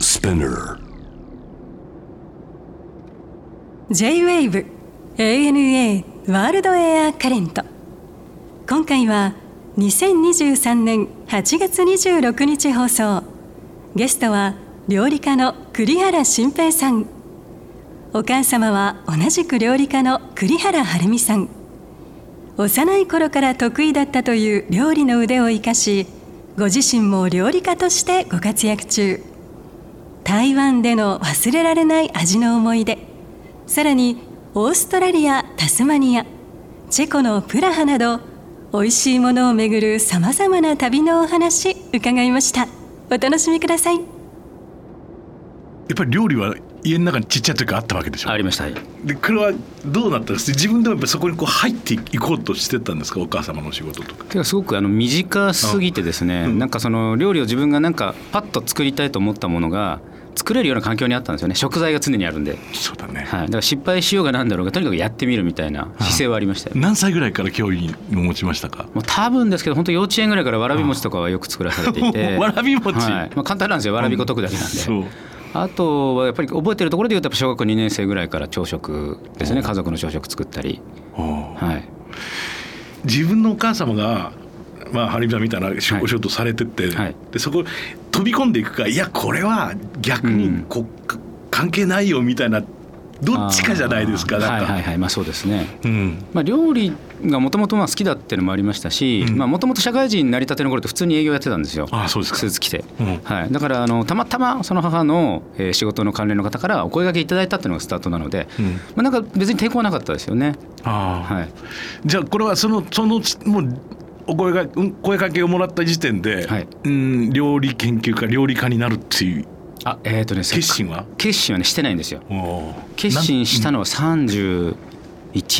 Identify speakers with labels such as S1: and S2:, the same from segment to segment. S1: Spinner.
S2: J-WAVE ANA ワールドエアカレント今回は2023年8月26日放送ゲストは料理家の栗原新平さんお母様は同じく料理家の栗原晴美さん幼い頃から得意だったという料理の腕を生かしご自身も料理家としてご活躍中台湾での忘れられない味の思い出さらにオーストラリアタスマニアチェコのプラハなど美味しいものをめぐるさまざまな旅のお話伺いましたお楽しみください
S3: やっぱり料理は家の中にちっちゃい時からあったわけでしょ
S4: ありましたはい
S3: でこれはどうなったんです自分でもやっぱそこにこう入っていこうとしてたんですかお母様の仕事とか
S4: てかすごくあの短すぎてですね、
S3: うん
S4: なんかその料理を自分がなんかパッと作りたいと思ったものが作れるような環境にあったんですよね食材が常にあるんで、
S3: そうだね、
S4: はい、だから失敗しようがなんだろうがとにかくやってみるみたいな姿勢はありましたよ、
S3: 何歳ぐらいから興味を持ちましたか
S4: もう多分ですけど本当幼稚園ぐらいからわらび餅とかはよく作らされていて
S3: わらび餅
S4: はいまあ、簡単なんですよわらび粉解くだけなんで、
S3: そう
S4: あとはやっぱり覚えてるところで言うとやっぱ小学校2年生ぐらいから朝食ですね家族の朝食作ったり、
S3: ああ
S4: はい、
S3: 自分のお母様がまあ、ハリミさんみたいなお仕
S4: はい
S3: 事されてて、
S4: はい
S3: でそこ飛び込んでいくかいやこれは逆にこう、か関係ないよみたいなどっちかじゃないですか
S4: あー
S3: なんか、
S4: はいはいはいまあそうですね
S3: うん、
S4: まあ、料理がもともと好きだっていうのもありましたし
S3: うん
S4: もともと社会人になりたての頃って普通に営業やってたんですよ
S3: ああそうですか
S4: スーツ着て、
S3: うん
S4: はい、だからあのたまたまその母のえー仕事の関連の方からお声掛けいただいたっていうのがスタートなので、
S3: うん
S4: まあ、なんか別に抵抗はなかったですよね、
S3: ああ、
S4: はい、
S3: じゃあこれはそのそのもうお声がうん声かけをもらった時点で、
S4: はい
S3: うん料理研究家料理家になるっていう
S4: あえっ、とねせっ
S3: 決心は
S4: 決心はねしてないんですよ
S3: おー
S4: 決心したのは31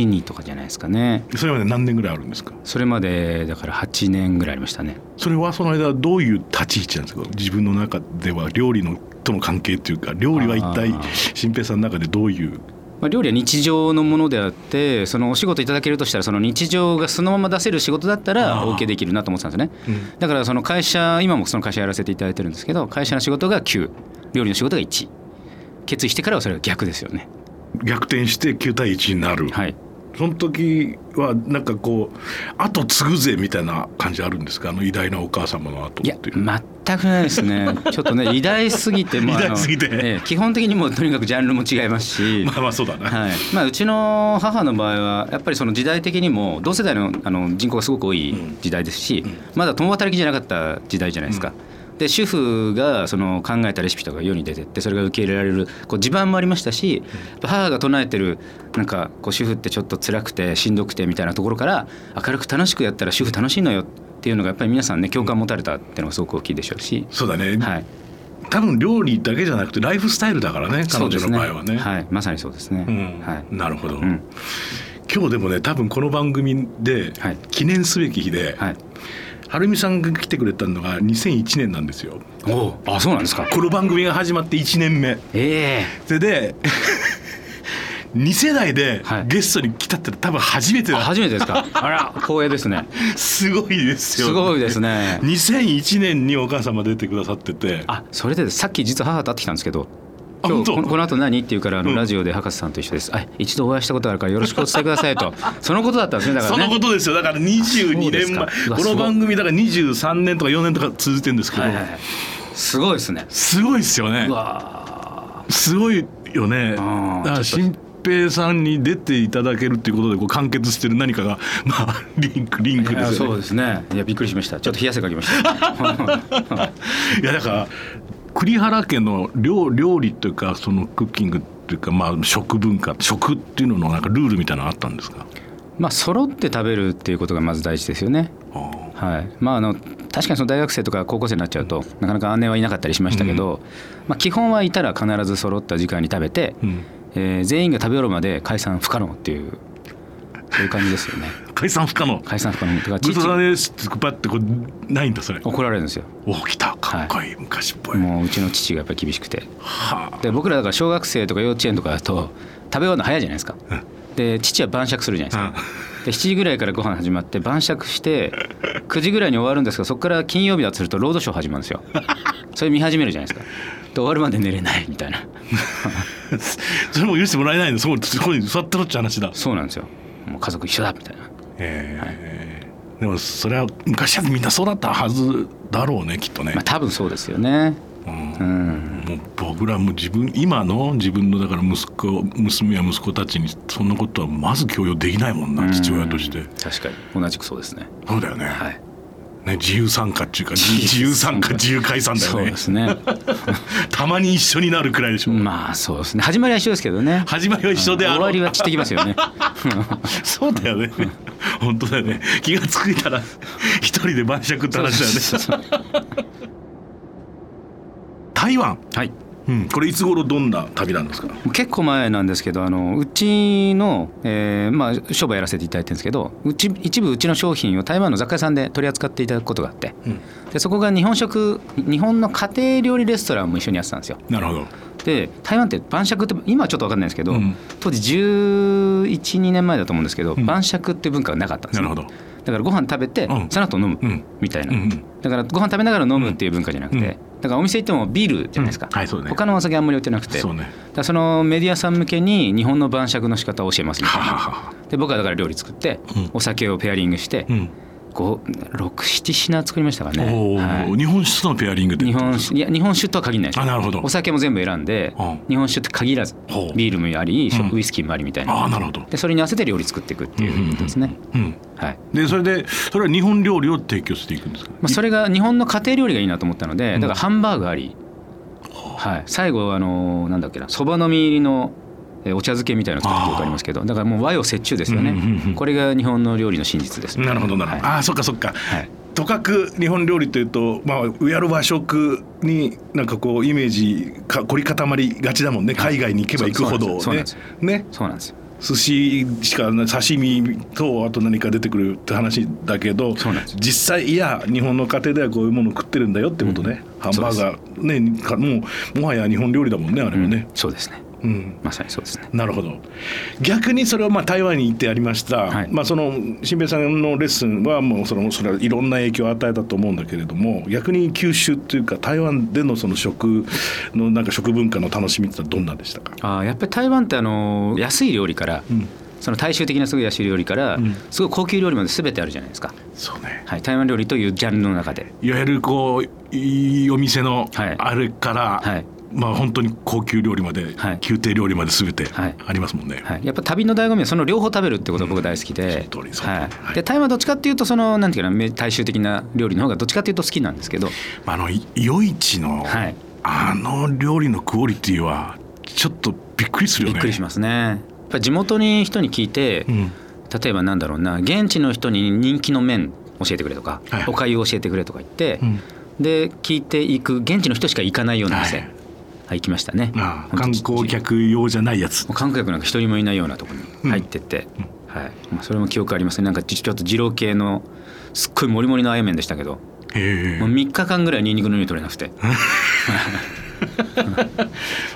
S4: 人とかじゃないですかね
S3: なんそれまで何年ぐらいあるんですか
S4: それまでだから8年ぐらいありましたね
S3: それはその間どういう立ち位置なんですか自分の中では料理のとの関係っていうか料理は一体
S4: あ
S3: 新平さんの中でどういう
S4: まあ、料理は日常のものであってそのお仕事いただけるとしたらその日常がそのまま出せる仕事だった
S3: あ
S4: ら
S3: ー
S4: お受けできるなと思ってたんですね、
S3: うん
S4: だからその会社今もその会社やらせていただいてるんですけど会社の仕事が9料理の仕事が1決意してからはそれが逆ですよね
S3: 逆転して9対1になる、
S4: はい
S3: その時はなんかこう後継ぐぜみたいな感じあるんですかあの偉大なお母様の後
S4: いや
S3: っていう
S4: 全くないですねちょっとね偉大すぎてもうあの
S3: 偉大すぎて
S4: ええ基本的にもうとにかくジャンルも違いますし
S3: まあまあそうだな、
S4: はいまあ、うちの母の場合はやっぱりその時代的にも同世代のあの人口がすごく多い時代ですし、まだ共働きじゃなかった時代じゃないですか。で主婦がその考えたレシピとかが世に出てってそれが受け入れられるこう地盤もありましたし母が唱えてるなんかこう主婦ってちょっと辛くてしんどくてみたいなところから明るく楽しくやったら主婦楽しいのよっていうのがやっぱり皆さんね共感持たれたっていうのがすごく大きいでしょうし、
S3: そうだね、
S4: はい、
S3: 多分料理だけじゃなくてライフスタイルだからね彼女の場合はね。
S4: はい、まさにそうですね。
S3: うん
S4: はい
S3: なるほど、
S4: うん
S3: 今日でもね多分この番組で
S4: はい
S3: 記念すべき日で、
S4: はい、
S3: はるみさんが来てくれたのが2001年なんですよ
S4: おあそうなんですか
S3: この番組が始まって1年目
S4: え
S3: それで 2世代で
S4: はい
S3: ゲストに来たって多分初めて
S4: え
S3: だ、
S4: あ初めてで すか。あら、光栄ですね。
S3: すごいですよ
S4: すごいですね。
S3: 2001年にお母様出てくださってて
S4: あ、それでさっき実は母と会ってきたんですけど。
S3: あ
S4: 今
S3: 本
S4: 日
S3: 当
S4: このこの後何って言うからあの、
S3: うん
S4: ラジオで博士さんと一緒です。あ、一度お会いしたことあるからよろしくお伝えくださ いと。そのことだったんですね。だか
S3: そ
S4: らね。
S3: のことですよだから22
S4: そうで
S3: 年
S4: す
S3: 前
S4: かうわ
S3: この番組だから23年とか4年とか続いてるんですけど、
S4: はいはいはい。すごいですね。
S3: すごいですよね
S4: うわ
S3: すごいよねだ
S4: あー
S3: から新平さんに出ていただけるっていうことでこう完結してる何かが まあリンクリン
S4: ー。
S3: ク
S4: い
S3: で
S4: や
S3: す
S4: そ
S3: よ
S4: う
S3: ね
S4: ですね。いやびっくりしました。ちょっと冷や汗かき ました。
S3: いやだから栗原家の料料理というかそのクッキングっていうかまあ食文化食っていうののなんかルールみたいなのあったんですか
S4: まあ揃って食べるっていうことがまず大事ですよね。はいまあ、あの確かにその大学生とか高校生になっちゃうとなかなか姉はいなかったりしましたけど、まあ、基本はいたら必ず揃った時間に食べて、
S3: うん
S4: えー全員が食べ終わるまで解散不可能っていうそういう感じですよね
S3: 解散不可能
S4: 解散不可能とか
S3: グ
S4: 父
S3: ッドラですってバッてこうないんだそれ
S4: 怒られるんですよ
S3: おきたかっこいい、昔っぽい
S4: もううちの父がやっぱり厳しくて
S3: はあ
S4: で僕らだから小学生とか幼稚園とかだと食べ終わるの早いじゃないですか、で父は晩酌するじゃないですか、で7時ぐらいからご飯始まって晩酌して9時ぐらいに終わるんですがそこから金曜日だとするとロードショー始まるんですよそれ見始めるじゃないですか終わるまで寝れないみたいな
S3: それも許してもらえないのそこにそこに座ってろって話だ
S4: そうなんですよもう家族一緒だみたいな
S3: えーでもそれは昔はみんなそうだったはずだろうねきっとね
S4: まあ、多分そうですよね
S3: うん
S4: うん
S3: もう僕らも自分今の自分のだから息子娘や息子たちにそんなことはまず強要できないもんな父親として
S4: 確かに同じくそうですね
S3: そうだよね,、
S4: はい
S3: ね自由参加っていうか自
S4: 自
S3: 自
S4: 由
S3: 由
S4: 参
S3: 参
S4: 加
S3: 加自由解散だよ
S4: そう
S3: ね
S4: ですね
S3: たまに一緒になるくらいでしょ、
S4: まあそうですね始まりは一緒ですけどね
S3: 始まりは一緒であ
S4: 終
S3: ろ
S4: わ
S3: う
S4: りは散ってきます よね
S3: そうだよね本当だよね気が付いたら一人で晩酌って話だよね台湾、
S4: はい
S3: うん、これいつ頃どんな旅なんですか
S4: 結構前なんですけどあのうちの、えーまあ、商売やらせていただいてるんですけどうち一部うちの商品を台湾の雑貨屋さんで取り扱っていただくことがあって、
S3: うん
S4: でそこが日本食日本の家庭料理レストランも一緒にやってたんですよ
S3: なるほど
S4: で台湾って晩酌って今はちょっと分かんないですけど、
S3: うん
S4: 当時1112年前だと思うんですけど、
S3: ん
S4: 晩酌って文化がなかったんです
S3: な
S4: よ
S3: るほど
S4: だからご飯食べて、
S3: うん
S4: その後飲
S3: う
S4: む
S3: ん
S4: みたいな、
S3: うんうん
S4: だからご飯食べながら飲むっていう文化じゃなくて、
S3: うん
S4: だからお店行ってもビールじゃないですか、
S3: うんはいそうね
S4: 他のお酒あんまり置いてなくて
S3: そうね
S4: だからそのメディアさん向けに日本の晩酌の仕方を教えますみた
S3: はい
S4: な
S3: はは
S4: で僕はだから料理作って、
S3: うん
S4: お酒をペアリングして、
S3: うん
S4: こう67品作りましたからね、
S3: おお、
S4: はい
S3: 日本酒とのペアリングで
S4: 日本酒いや日本酒とは限らないです
S3: あなるほど
S4: お酒も全部選んで、
S3: うん
S4: 日本酒って限らず
S3: ほう
S4: ビールもありしょ
S3: うん
S4: ウイスキーもありみたいな、
S3: ああなるほど
S4: でそれに合わせて料理作っていくっていうことですね、
S3: うん
S4: はい
S3: でそれでそれは日本料理を提供していくんですか、
S4: まあ、それが日本の家庭料理がいいなと思ったので
S3: ん
S4: だからハンバーグあり、はい、最後あのーなんだっけなそばの実入りのえーお茶漬けみたいなの作ってよくありますけどだからもう和洋折衷ですよ
S3: うんうんうんう
S4: ね
S3: ん
S4: これが日本の料理の真実です
S3: なるほどなるほど、
S4: はい
S3: ああそっかそっか、
S4: はい
S3: とかく日本料理というと、まあ、やる和食になんかこうイメージか凝り固まりがちだもんね海外に行けば行くほど
S4: そうな
S3: ね
S4: んですよ
S3: ね
S4: そうなんですよ
S3: 寿司しかない刺身とあと何か出てくるって話だけど
S4: そうなんですよ
S3: 実際いや日本の家庭ではこういうものを食ってるんだよってことね、ハンバーガーねかもうもはや日本料理だもんねあれはね、
S4: うんそうですね
S3: うん
S4: まさにそうですね
S3: なるほど逆にそれをまあ台湾に行ってやりました、
S4: はい
S3: まあ、その新平さんのレッスンはもうそのそれはいろんな影響を与えたと思うんだけれども逆に九州というか台湾でのその食のなんか食文化の楽しみってのはどんなでしたか、
S4: あーやっぱり台湾ってあのー安い料理から、
S3: うん、
S4: その大衆的なすごい安い料理から、
S3: うん
S4: すごい高級料理まで全てあるじゃないですか、
S3: そうね
S4: はい、台湾料理というジャンルの中で
S3: いわゆるこういいお店の
S4: はい
S3: あれから、
S4: はい
S3: まあ本当に高級料理まで、
S4: はい
S3: 宮廷料理まで全て
S4: はい
S3: ありますもんね、
S4: はい、やっぱ旅の醍醐味はその両方食べるってことが僕大好きで、
S3: その通りその通り
S4: は、
S3: はいい
S4: でタイはどっちかっていうとそのなんていうかなめ大衆的な料理の方がどっちかっていうと好きなんですけど、
S3: あのい夜市の、
S4: はい、
S3: あの料理のクオリティはちょっとびっくりするよ
S4: び
S3: ね
S4: っくりしますね。やっぱ地元に人に聞いて、
S3: うん
S4: 例えばなんだろうな現地の人に人気の麺教えてくれとか、
S3: はい
S4: おかゆ教えてくれとか言って、
S3: うん
S4: で聞いていく現地の人しか行かないような店、
S3: は
S4: はいい行きましたね。
S3: ああ
S4: 本当
S3: 観
S4: に
S3: 光客用じゃないやつ
S4: もう韓国なんか一人もいないようなところに入ってって、はいまあそれも記憶ありますねなんかちちょっと二郎系のすっごいもりもりのあや麺でしたけど
S3: へ
S4: もう3日間ぐらいニンニクの匂い取れなくて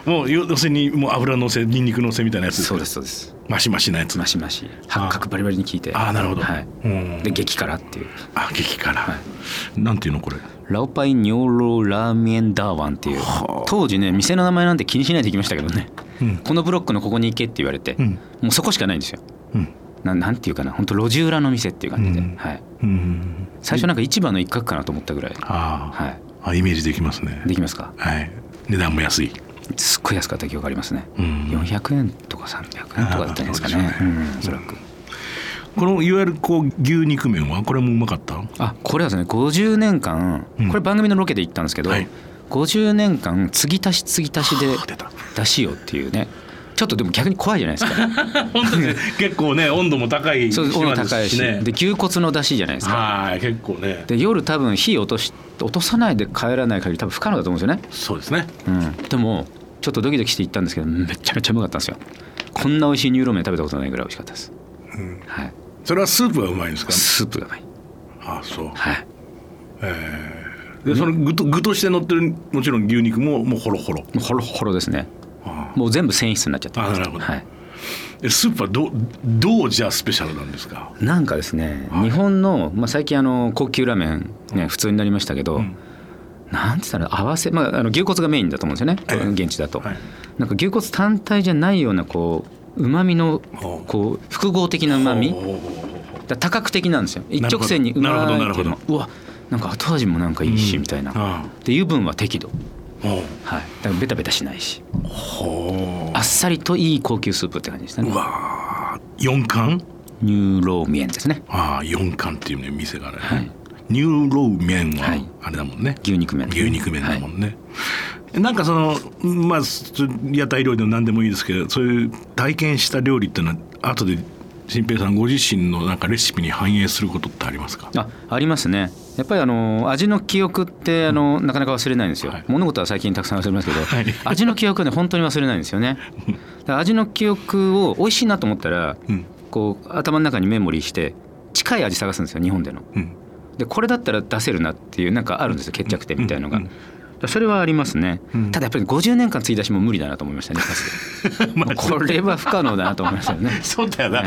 S3: えもう要するにもう油のせニンニクのせみたいなやつ
S4: そうですすそうです
S3: マシマシなやつ
S4: マシマシ八角バリバリに効いて
S3: ああなるほど、
S4: はい、
S3: うん
S4: で激辛っていう
S3: あ激辛、
S4: は
S3: なんていうのこれ
S4: ラオパイニョロラーメンダーワンっていう
S3: はあ
S4: 当時ね店の名前なんて気にしないで行きましたけどね、
S3: うん
S4: このブロックのここに行けって言われて、
S3: うん
S4: もうそこしかないんですよ
S3: うん
S4: ななんていうかな本当路地裏の店っていう感じで、
S3: うん
S4: はい、
S3: うん
S4: 最初なんか市場の一角かなと思ったぐらい、
S3: ああ、
S4: はい、
S3: あイメージできますね
S4: できますか
S3: はい値段も安い
S4: すっごい安かった記憶ありますね、
S3: うん
S4: 400円とか300円とかだったんじゃないですかね
S3: ああそうでしょうね
S4: うんおそらく
S3: このいわゆるこう牛肉麺はこれもうまかった
S4: あこれはですね50年間、
S3: うん
S4: これ番組のロケで行ったんですけど、
S3: はい
S4: 50年間継ぎ足し継ぎ足しで
S3: 出た
S4: 出しようっていうねちょっとでも逆に怖いじゃないですか
S3: 本当に 結構ね温度も高い
S4: そう温度高いし
S3: 島
S4: で
S3: です
S4: 牛骨の出しじゃないですか
S3: はい結構ね
S4: で夜多分火落とし落とさないで帰らない限り多分不可能だと思うんです
S3: そうですね
S4: よね、うん、でもちょっとドキドキして行ったんですけどめちゃめちゃうまかったんですよこんな美味しいニューローメン食べたことないぐらい美味しかったです、
S3: ん
S4: はい、
S3: それはスープがうまいんですか
S4: スープがない
S3: ああそう
S4: はい
S3: でその具と具として乗ってるもちろん牛肉ももうホロホロ
S4: もうホロホロですね
S3: あ
S4: もう全部繊維質になっちゃってます
S3: あなるほど
S4: はい
S3: えスープはどどうじゃあスペシャルなんですか
S4: なんかですね、
S3: はい
S4: 日本の、まあ、最近あの高級ラーメン、ね、普通になりましたけど、
S3: うん
S4: なんつったら合わせ、まあ、あの牛骨がメインだと思うんですよね現地だと、
S3: はい
S4: なんか牛骨単体じゃないようなこううまみの
S3: ほう
S4: こう複合的なうまみ
S3: おー
S4: だ多角的なんですよ一
S3: なるほど
S4: 直線にうまいっていうの
S3: なるほどなる
S4: うわなんか後味もなんかいいし、
S3: うん
S4: みたいな、
S3: あ
S4: で油分は適度
S3: あおー
S4: はいだからベタベタしないし
S3: ほ
S4: あっさりといい高級スープって感じです
S3: ー
S4: ね
S3: うわー四巻
S4: ニューローミエンですね
S3: ああ四巻っていうね店があるね、
S4: はい
S3: ニューロー麺は
S4: はい
S3: あれだもんね、
S4: 牛肉麺
S3: 牛肉麺だもんね、なんかそのまあす屋台料理でも何でもいいですけどそういう体験した料理っていうのは後で新平さんご自身のなんかレシピに反映することってありますか
S4: あありますねやっぱりあの味の記憶ってあの、なかなか忘れないんですよ、
S3: はい
S4: 物事は最近たくさん忘れますけど、
S3: はい
S4: 味の記憶はね本当に忘れないんですよねだから味の記憶を美味しいなと思ったら、
S3: うん
S4: こう頭の中にメモリーして近い味探すんですよ日本での
S3: うん
S4: でこれだったら出せるなっていうなんかあるんですよ決着点みたいのが、
S3: うんうん
S4: だからそれはありますね、
S3: うん
S4: ただやっぱり50年間継いだしも無理だなと思いまし たねまずこれは不可能だなと思いましたよね
S3: そうだよな、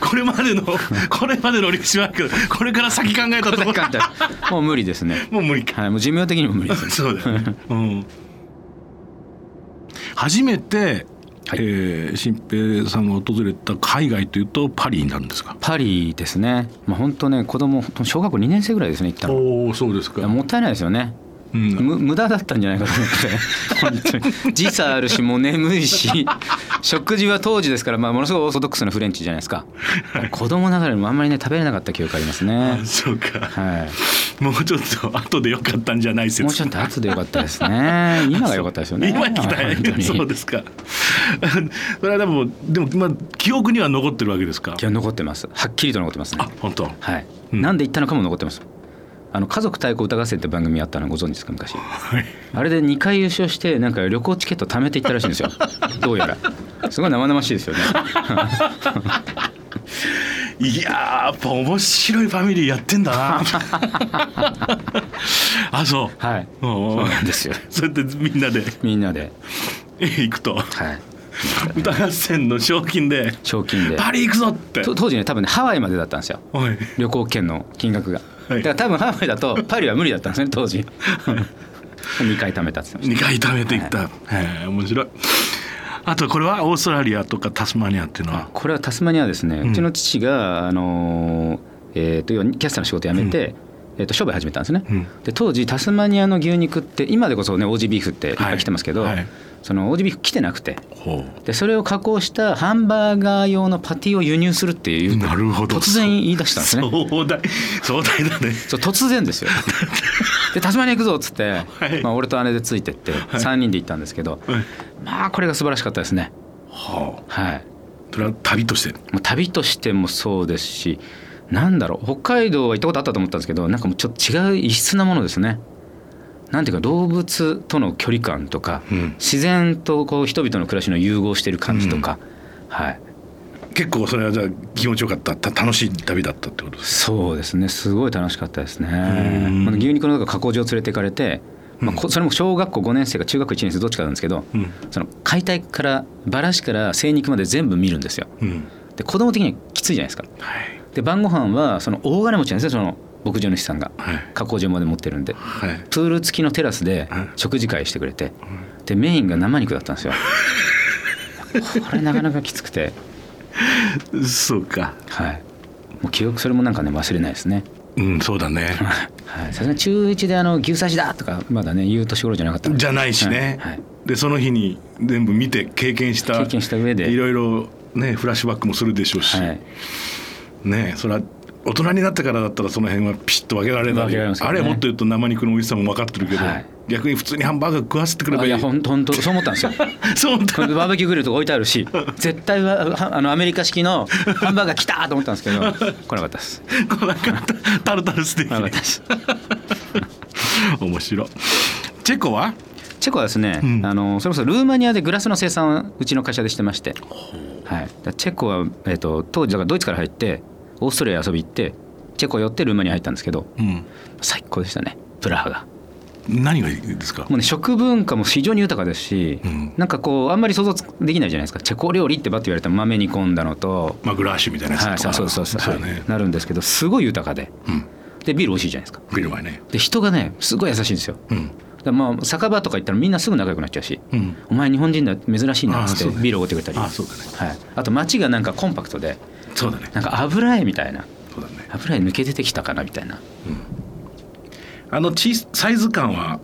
S3: これまで のこれまでの歴史はあるけどこれから先考えたところ
S4: もう無理です ね
S3: もう無理か
S4: はいもう寿命的にも無理ですね
S3: そうだよね、うん、初めて、
S4: はい
S3: えー新平さんが訪れた海外というとパリになるんですか
S4: パリですね、まあ、本当ね子供本当小学校2年生ぐらいですね行ったのい
S3: おおそうです
S4: やもったいないですよね
S3: うん、
S4: む無駄だったんじゃないかと思って本当に時差あるしもう眠いし食事は当時ですから、まあ、ものすごいオーソドックスなフレンチじゃないですか子供ながらにもあんまりね食べれなかった記憶ありますね
S3: そうか
S4: は
S3: もうちょっと後でよかったんじゃない
S4: い
S3: 説
S4: もうちょっと後でよかったですね今がよかったですよね
S3: 今聞きた
S4: 本当
S3: い
S4: に
S3: そうですか それはでもでも、まあ、記憶には残ってるわけですか
S4: いや残ってますはっきりと残ってますね
S3: あ本当
S4: はい、
S3: うん
S4: なんで行ったのかも残ってますあの家族対抗歌合戦って番組あったのご存知ですか昔
S3: はい
S4: あれで2回優勝してなんか旅行チケット貯めていったらしいんです よどうやらすごい生々しいですよね
S3: いやーやっぱ面白いファミリーやってんだ なあそう
S4: はい
S3: お
S4: そう
S3: ー
S4: なんですよ
S3: そうやってみんなで
S4: みんなで
S3: 行くと
S4: はい
S3: 歌合戦の賞金で
S4: 賞金で
S3: パリ行くぞって
S4: と当時ね多分ねハワイまでだったんですよ
S3: おい
S4: 旅行券の金額が、
S3: はい
S4: だから多分ハワイだとパリは無理だったんですね当時2回貯めたって言ってま
S3: 2回貯めていった、へー面白いあとこれはオーストラリアとかタスマニアっていうの
S4: した
S3: は
S4: これはタスマニアですね、うちの父があのーえーと要はキャスターの仕事辞めて、えー、と商売始めたんですね、
S3: うん
S4: で当時タスマニアの牛肉って今でこそねオージービーフっていっぱい来てますけど、
S3: はいはい
S4: そのオージービーフ来てなくて
S3: ほ
S4: でそれを加工したハンバーガー用のパティを輸入するっていうう
S3: なるほど
S4: 突然言い出したんですね
S3: 壮大壮大だね
S4: そう突然 ですよでタスマニア行くぞっつって、
S3: い
S4: まあ、俺と姉でついてって3人で行ったんですけど、まあこれが素晴らしかったですね
S3: は
S4: はい
S3: あそれは旅として
S4: もう旅としてもそうですしなんだろう北海道は行ったことあったと思ったんですけどなんかもうちょっと違う異質なものですねなんていうか動物との距離感とか、
S3: うん
S4: 自然とこう人々の暮らしの融合してる感じとか、はい
S3: 結構それはじゃあ気持ちよかったた楽しい旅だったってことです
S4: そうですねすごい楽しかったですね、
S3: ん
S4: まあ、牛肉の加工場連れて行かれて、まあ、こそれも小学校5年生か中学校1年生どっちかなんですけど、
S3: うん
S4: その解体からバラシから精肉まで全部見るんですよ
S3: うん
S4: で子供的にはきついじゃないですか
S3: はい
S4: で晩ご飯はその大金持ちなんですよその牧場主さんが
S3: はい
S4: 加工場まで持ってるんで
S3: はい
S4: プール付きのテラスで
S3: うん
S4: 食事会してくれてでメインが生肉だったんで すよこれなかなかきつくて
S3: そうか
S4: はいもう記憶それもなんかね忘れないですね
S3: うんそうだね
S4: はいさすがに中1であの牛刺しだとかまだね言う年頃じゃなかったので
S3: じゃないしね、
S4: はいはい
S3: でその日に全部見て経験した
S4: 経験した上で
S3: いろいろねフラッシュバックもするでしょうし、
S4: はい
S3: ねそれは大人になってからだったらその辺はピシッと分けられない、
S4: 分けられますけど
S3: あ
S4: ね
S3: れはもっと言うと生肉の美味しさも分かってるけど、
S4: はい
S3: 逆に普通にハンバーガー食わせてくれば
S4: あ
S3: いい
S4: いやほん本当そう思ったん ですよ
S3: そう思った
S4: バーベキューグリルとか置いてあるし絶対ははあのアメリカ式のハンバーガー来たと思ったんですけ ど来なかったです
S3: こな かったタルタルステ
S4: 来なかっ
S3: ー
S4: たです
S3: キ 面白いチェコは
S4: チェコはですね、
S3: うん
S4: あのそれこそルーマニアでグラスの生産をうちの会社でしてまして、はい、だからチェコは、えー、と当時だからドイツから入ってオーストリア遊び行ってチェコ寄ってルーマニア入ったんですけど
S3: うん
S4: 最高でしたねプラハが
S3: 何がいいですか
S4: もうね食文化も非常に豊かですし、
S3: うん
S4: なんかこうあんまり想像できないじゃないですかチェコ料理ってばって言われても豆煮込んだのと
S3: まあグラーシュみたいなや
S4: はい、
S3: つと
S4: そう
S3: か
S4: そうそうそう、
S3: だね
S4: なるんですけどすごい豊かで、
S3: うん
S4: ででビール美味しいじゃないですか
S3: ビールはね
S4: で人がねすごい優しいんですよ
S3: うん
S4: だからまあ酒場とか行ったらみんなすぐ仲良くなっちゃうし、
S3: うん
S4: お前日本人だ珍しいなっつ
S3: あーそ
S4: っ
S3: うだ
S4: て
S3: ね
S4: ビールをおごってくれたり
S3: あーそうだね
S4: はい、あと街がなんかコンパクトで
S3: そうだね
S4: なんか油絵みたいな
S3: そうだね
S4: 油絵抜け出てきたかなみたいな
S3: あの小さサイズ感は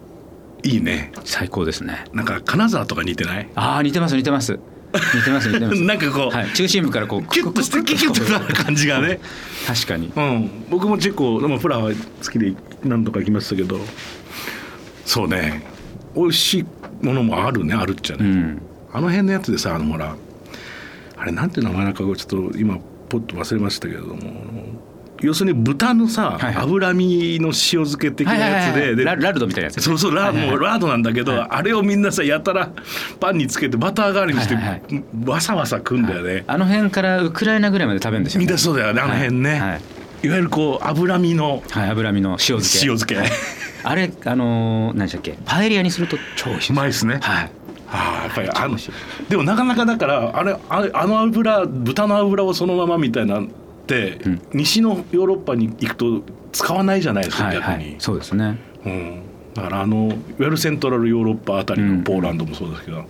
S3: いいね
S4: 最高ですね
S3: なんか金沢とか似てない
S4: ああ似てます似てます似てます似てます
S3: なんかこう
S4: はい、中心部からこう
S3: キュッとしてキュキュッとな感じがね
S4: 確かに
S3: うん僕もチェコでもプラハ好きで何度か行きましたけどそうね美味しいものもあるねあるっちゃ
S4: う
S3: ね、
S4: ん
S3: あの辺のやつでさあのほらあれなんて名前なんかちょっと今ポッと忘れましたけれども要するに豚のさ、
S4: はいはい
S3: 脂身の塩漬け的なやつ
S4: はいはいは
S3: で
S4: い
S3: で
S4: ララルドみたいなやつ
S3: そうそうラ,、
S4: はいはい
S3: もうラードなんだけど、あれをみんなさやたらパンにつけてバター代わりにして、
S4: はいはい
S3: わさわさ食うんだよね、
S4: あの辺からウクライナぐらいまで食べるんですよ、
S3: み
S4: ね、
S3: んなそうだよねあの辺ね、
S4: はいいはい
S3: わゆるこう脂身の
S4: はい、脂身の塩漬け
S3: 塩漬け
S4: あれあのー何でしたっけパエリアにすると超美味しいです
S3: うまいですね
S4: はい
S3: ああやっぱりあ
S4: 美
S3: の
S4: 味しい
S3: でもなかなかだからあれあれあの油豚の油をそのままみたいなんって、
S4: ん
S3: 西のヨーロッパに行くと使わないじゃないですか、
S4: はいは
S3: 逆に
S4: い、そうですね
S3: うん、だからあのいわゆるセントラルヨーロッパあたり
S4: う
S3: の
S4: ん
S3: ポーランドもそうですけど、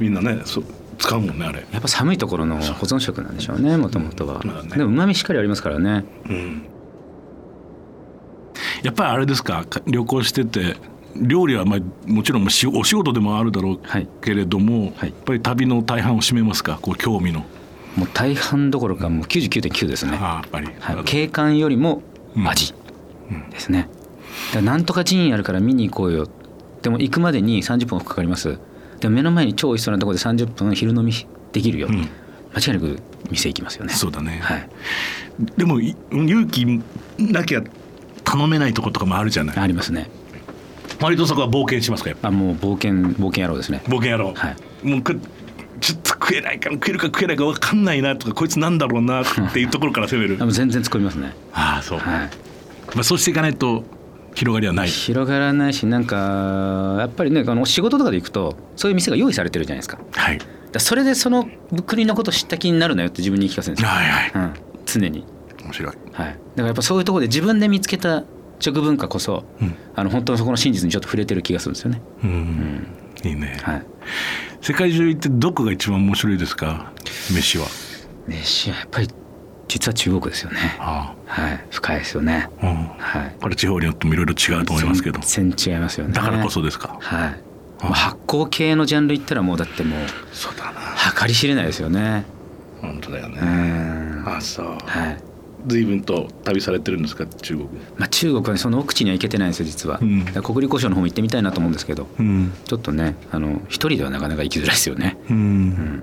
S3: みんなねそ使うもんねあれ、
S4: やっぱ寒いところの保存食なんでしょうねもともとは、
S3: そうだね
S4: でもうまみしっかりありますからね
S3: うん、やっぱりあれですかか旅行してて料理は、まあ、もちろんもうしお仕事でもあるだろう
S4: はい
S3: けれども、
S4: はい
S3: やっぱり旅の大半を占めますかこう興味の
S4: もう大半どころかもう99.9ですね、
S3: ああやっぱり、
S4: はい、景観よりも味ですね、だからなんとか寺院あるから見に行こうよでも行くまでに30分かかりますでも目の前に超美味しそうなところで30分昼飲みできるよ、
S3: うん
S4: 間違いなく店行きますよね
S3: そうだね
S4: はい、
S3: でもい勇気なきゃ頼めないとことかもあるじゃない
S4: ありますね
S3: 割とそこは冒険しますかやっぱ
S4: あもう冒険冒険野郎ですね
S3: 冒険やろう、
S4: はい
S3: もうくちょっと食えないか食えるか食えないか分かんないなとかこいつなんだろうなっていうところから攻める
S4: あもう全然突っ込みますね、
S3: ああそう、
S4: はい、
S3: まあ、そうしていかないと広がりはない
S4: 広がらないしなんかやっぱりねあの仕事とかで行くとそういう店が用意されてるじゃないですかだか
S3: はい
S4: らそれでその国のこと知った気になるなよって自分に言い聞かせるんですよ、
S3: はいはい
S4: うん、常に
S3: 面白い
S4: はい、だからやっぱそういうところで自分で見つけた食文化こそ、
S3: うん
S4: あの本当のそこの真実にちょっと触れてる気がするんですよね。
S3: うん、
S4: うん
S3: いいね、
S4: はい、
S3: 世界中行ってどこが一番面白いですか飯は
S4: 飯はやっぱり実は中国ですよね。
S3: あ
S4: はい、深いですよね。
S3: あうん
S4: はい、
S3: これ地方によってもいろいろ違うと思いますけど
S4: 全然違いますよね。
S3: だからこそですか
S4: はい、まあ発酵系のジャンル言ったらもうだってもう
S3: そうだな
S4: 計り知れないですよね。
S3: 本当だよね、
S4: うん、は
S3: あそう
S4: い。
S3: 随分と旅されてるんですか中国
S4: まあ中国はねその奥地には行けてないんですよ実は。
S3: うん
S4: だから国立交渉の方も行ってみたいなと思うんですけど、
S3: うん、
S4: ちょっとねあの一人ではなかなか行きづらいですよね。
S3: うん、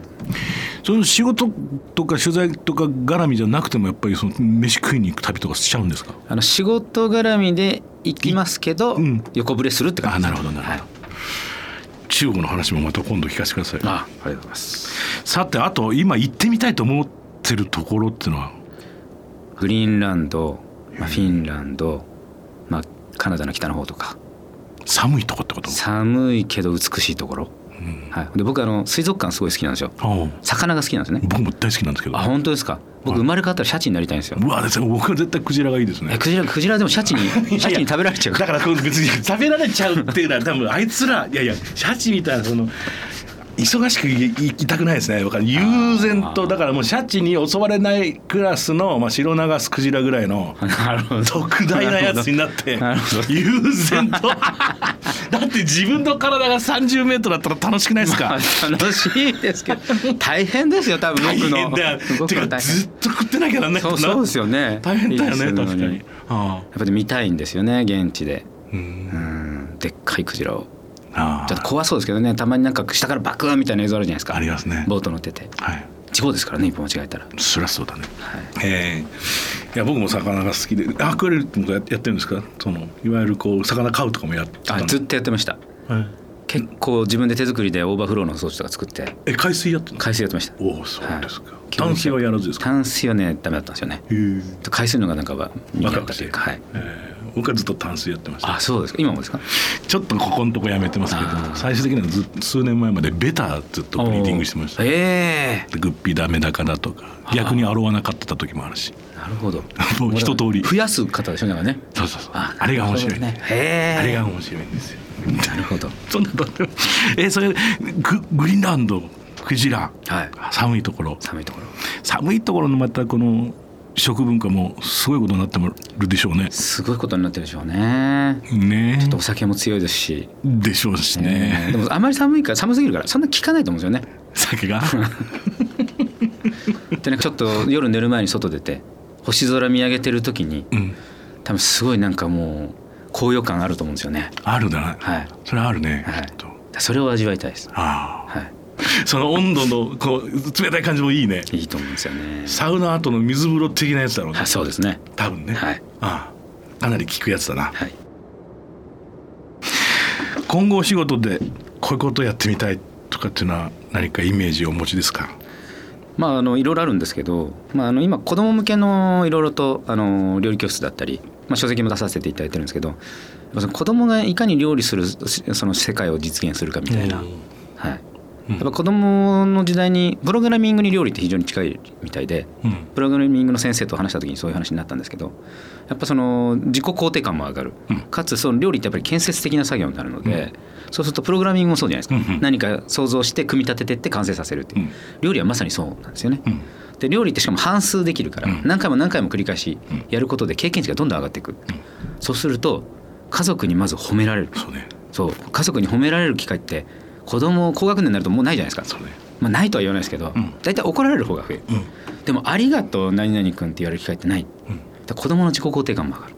S3: その仕事とか取材とか絡みじゃなくてもやっぱりその飯食いに行く旅とかしちゃうんですか
S4: あの仕事絡みで行きますけど、
S3: うん
S4: 横ぶれするって感じです
S3: あなるほどなるほど
S4: はい
S3: 中国の話もまた今度聞かせてください
S4: あありがとうございます
S3: さてあと今行ってみたいと思ってるところっていうのは
S4: グリーンランド、まあ、フィンランド、まあ、カナダの北の方とか
S3: 寒いとこってこと
S4: 寒いけど美しいところ、
S3: ん
S4: はい、で僕あの水族館すごい好きなんですよ
S3: おう
S4: 魚が好きなんですね
S3: 僕も大好きなんですけど
S4: あ本当ですか僕生まれ変わったらシャチになりたいんですよ
S3: うわですね僕は絶対クジラがいいです
S4: え
S3: ね
S4: クジラクジラでもシ ャチにシャチに食べられちゃう
S3: だからこう別に食べられちゃうっていうのは多分あいつ らいやいやシャチみたいなその忙しくいいたくないですねわかる悠然とだからもうシャチに襲われないクラスの、まあ、シロナガスクジラぐらいの
S4: なるほ ど
S3: 特大なやつ になって
S4: なるほど
S3: 悠然 とだって自分の体が3 0ルだったら楽しくないですか、
S4: まあ楽しいですけど大変ですよ多分
S3: 大
S4: 僕の
S3: 変だよ
S4: 動
S3: て
S4: くの
S3: か
S4: 大変
S3: ずっと食ってなきゃなんない
S4: そうそうですよね
S3: 大変だよね
S4: いいです
S3: 確か
S4: の
S3: にあ
S4: やっぱり見たいんですよね現地で
S3: あうん
S4: うんでっかいクジラを
S3: あ
S4: ちょっと
S3: あ
S4: 怖そうですけどねたまになんか下からバクーンみたいな映像あるじゃないですか
S3: ありますね
S4: ボート乗ってて
S3: はい
S4: 地方ですからね一歩間違えたら
S3: そりゃそうだね
S4: はい
S3: ええいや僕も魚が好きでアクアリルってもややってるんですかそのいわゆるこう魚飼うとかもやってた
S4: あ
S3: の
S4: ずっとやってました
S3: はい
S4: 結構自分で手作りでオーバーフローの装置とか作って
S3: え海水やってんの
S4: 海水やってました
S3: おおそうですか、
S4: はい
S3: 淡水はやらずですか
S4: 淡水はねダメだったんですよね
S3: へえ
S4: 海水の方がなんかは苦手というかはい
S3: ええ僕はずっとタンスやってました
S4: あそうですか今もですか
S3: ちょっとここのとこやめてますけ
S4: あー
S3: ど最終的にはずっ数年前までベタずっとブリーディングしてました
S4: おーえ
S3: でグッピーだメダカだとか逆にアロワナ買ってた時もあるし
S4: えなるほど
S3: もう一通り
S4: 増やす方でしょだからね
S3: そうそうそうあれが面白い、
S4: なるほどねへえ
S3: あれが面白いんですよ
S4: なるほど
S3: そんなとんでもえそれググリーンランドクジラ、
S4: はい
S3: 寒いところ
S4: 寒いところ
S3: 寒いところのまたこの食文化もすごいことになってもるでしょうね
S4: すごいことになってるでしょうね
S3: ね
S4: ちょっとお酒も強いですし、
S3: でしょうしね
S4: えーでもあまり寒いから寒すぎるからそんな効かないと思うんですよね
S3: 酒 が
S4: でなんかちょっと夜寝る前に外出て星空見上げてる時に
S3: うん
S4: 多分すごいなんかもう高揚感あると思うんですよね
S3: あるな、
S4: はい
S3: それあるね、
S4: はい
S3: きっと
S4: それを味わいたいです
S3: あ
S4: は
S3: あその温度のこう冷たい感じもいいね
S4: いいいと思うんですよね
S3: サウナ後の水風呂的なやつだろうね
S4: あそうですね
S3: 多分ね、
S4: はい
S3: ああかなり効くやつだな
S4: はい
S3: 今後お仕事でこういうことやってみたいとかっていうのは何かイメージをお持ちですか
S4: まああのいろいろあるんですけど、まあ、あの今子供向けのいろいろとあの料理教室だったり、まあ、書籍も出させていただいてるんですけどやっぱその子供がいかに料理するしその世界を実現するかみたいな、はい、やっぱ子供の時代にプログラミングに料理って非常に近いみたいで
S3: うん
S4: プログラミングの先生と話した時にそういう話になったんですけどやっぱその自己肯定感も上がる、
S3: うん
S4: かつその料理ってやっぱり建設的な作業になるので、そうするとプログラミングもそうじゃないですか、
S3: うんうん
S4: 何か想像して組み立ててって完成させるっていう、
S3: うん
S4: 料理はまさにそうなんですよね。
S3: うん
S4: で料理ってしかも半数できるから、
S3: うん
S4: 何回も何回も繰り返し
S3: うん
S4: やることで経験値がどんどん上がっていく、そうすると家族にまず褒められる
S3: そうね
S4: そう家族に褒められる機会って子供高学年になるともうないじゃないですか
S3: そうね
S4: まあ、ないとは言わないですけど、
S3: うん
S4: 大体怒られる方が増える、
S3: うん
S4: でも「ありがとう何々君」って言われる機会ってない、
S3: うん
S4: だから子供の自己肯定感も上がる、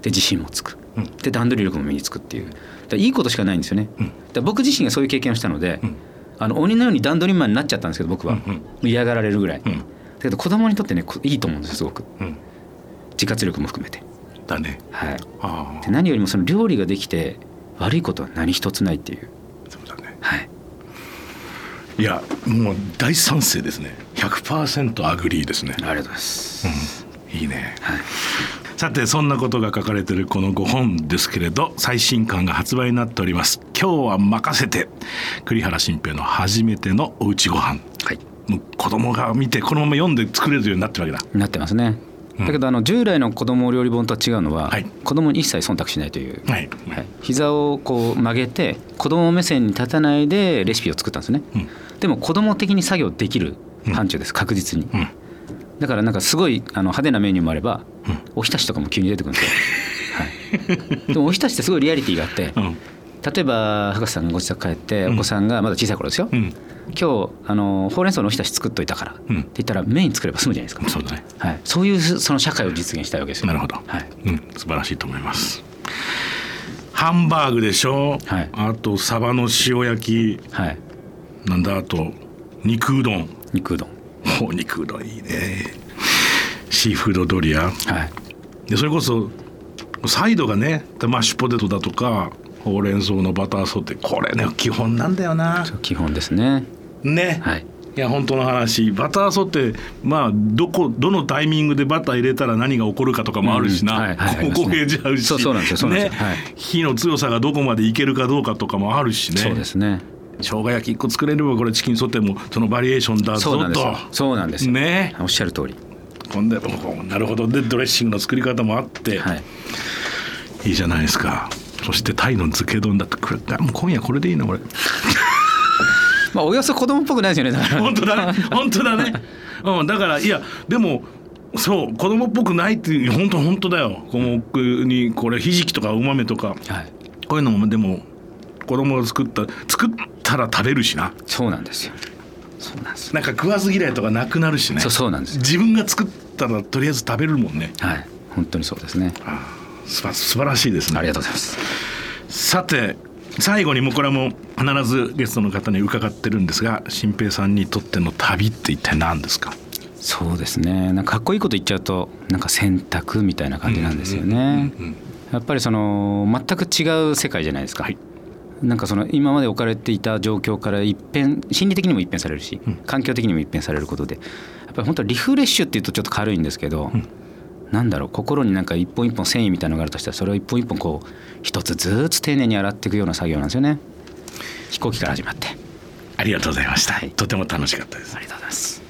S4: で自信もつく、
S3: うん
S4: で段取り力も身につくっていうだからいいことしかないんですよね、
S3: うん
S4: だから僕自身がそういう経験をしたので、
S3: うん
S4: あの鬼のように段取りマンになっちゃったんですけど僕は、
S3: うんうん
S4: 嫌がられるぐらい、
S3: うん
S4: だけど子供にとってねこいいと思うんですよすごく
S3: うん
S4: 自活力も含めて
S3: だね
S4: はい
S3: あ
S4: で何よりもその料理ができて悪いことは何一つないっていう
S3: あそうだね
S4: はい
S3: いやもう大賛成ですね100%アグリーですね
S4: ありがとうございます、
S3: いいね
S4: はい
S3: さてそんなことが書かれてるこの5本ですけれど最新刊が発売になっております今日は任せて栗原新平の初めてのおうちご飯
S4: はい
S3: もう子供が見てこのまま読んで作れるようになってるわけだ
S4: なってますね。だけどあの従来の子供料理本とは違うのは、
S3: はい
S4: 子供に一切忖度しないという、
S3: はい、
S4: はい膝をこう曲げて子供目線に立たないでレシピを作ったんですね、でも子供的に作業できる範疇です、確実に、
S3: ん
S4: だからなんかすごいあの派手なメニューもあれば、おひたしとかも急に出てくるんです よ、はい、でもおひたしってすごいリアリティがあって、
S3: うん
S4: 例えば博士さんがご自宅帰ってお子さんがまだ小さい頃ですよ、
S3: うん
S4: 今日あのほうれん草のおひたし作っといたから、
S3: うん
S4: って言ったら麺作れば済むじゃないですか
S3: そうだね
S4: はい、そういうその社会を実現したいわけですよ。
S3: なるほど、
S4: はい、
S3: うん、素晴らしいと思いますハンバーグでしょ、
S4: はい
S3: あとサバの塩焼
S4: はい、
S3: きなんだあと肉うどん
S4: 肉うどん、
S3: お肉うどんいいねシーフードドリア
S4: はい、
S3: でそれこそサイドがねマッシュポテトだとかほうれん草のバターソテーこれね基本なんだよな
S4: 基本ですね。
S3: ね、
S4: はい、
S3: いや本当の話バターソテーまあどこどのタイミングでバター入れたら何が起こるかとかもあるし
S4: うんは
S3: ない
S4: はいありますね
S3: 焦げちゃうし
S4: そうそうなんですよそうなんですよ
S3: ね
S4: はい
S3: 火の強さがどこまでいけるかどうかとかもあるしね
S4: そうですね。
S3: 生姜焼き1個作れればこれチキンソテーもそのバリエーションだ
S4: そう
S3: ぞ
S4: なんですよ。
S3: と
S4: そうなんですよ。
S3: ね
S4: おっしゃる通り。
S3: ほんでおなるほどでドレッシングの作り方もあって、
S4: はい、
S3: いいじゃないですかそしてタイの漬け丼だってこれあもう今夜これでいいなこれ
S4: まあ、およそ子供っぽくないですよね。だから
S3: 本当だね本当だねうんだからいやでもそう子供っぽくないっていう本当本当だよこの奥にこれひじきとかお豆とか
S4: はい、
S3: こういうのもでも子供が作った作ったら食べるしな
S4: そうなんですよ。そうなんですよ。
S3: なんか食わず嫌いとかなくなるしね
S4: そう、そうなんですよ。
S3: 自分が作ったらとりあえず食べるもんね
S4: はい、本当にそうですね。
S3: すば素晴らしいですね
S4: ありがとうございます。
S3: さて最後にもうこれはもう必ずゲストの方に伺ってるんですが新平さんにとっての旅って一体何ですか
S4: そうですねなんかかっこいいこと言っちゃうとなんか選択みたいな感じなんですよねやっぱりその全く違う世界じゃないですか、
S3: はい
S4: なんかその今まで置かれていた状況から一変心理的にも一変されるし環境的にも一変されることでやっぱり本当はリフレッシュっていうとちょっと軽いんですけど、なんだろう心になんか一本一本繊維みたいなのがあるとしたらそれを一本一本こう一つずつ丁寧に洗っていくような作業なんですよね飛行機から始まってあ
S3: ありがとうございました、とても楽しかったです
S4: りがとうございます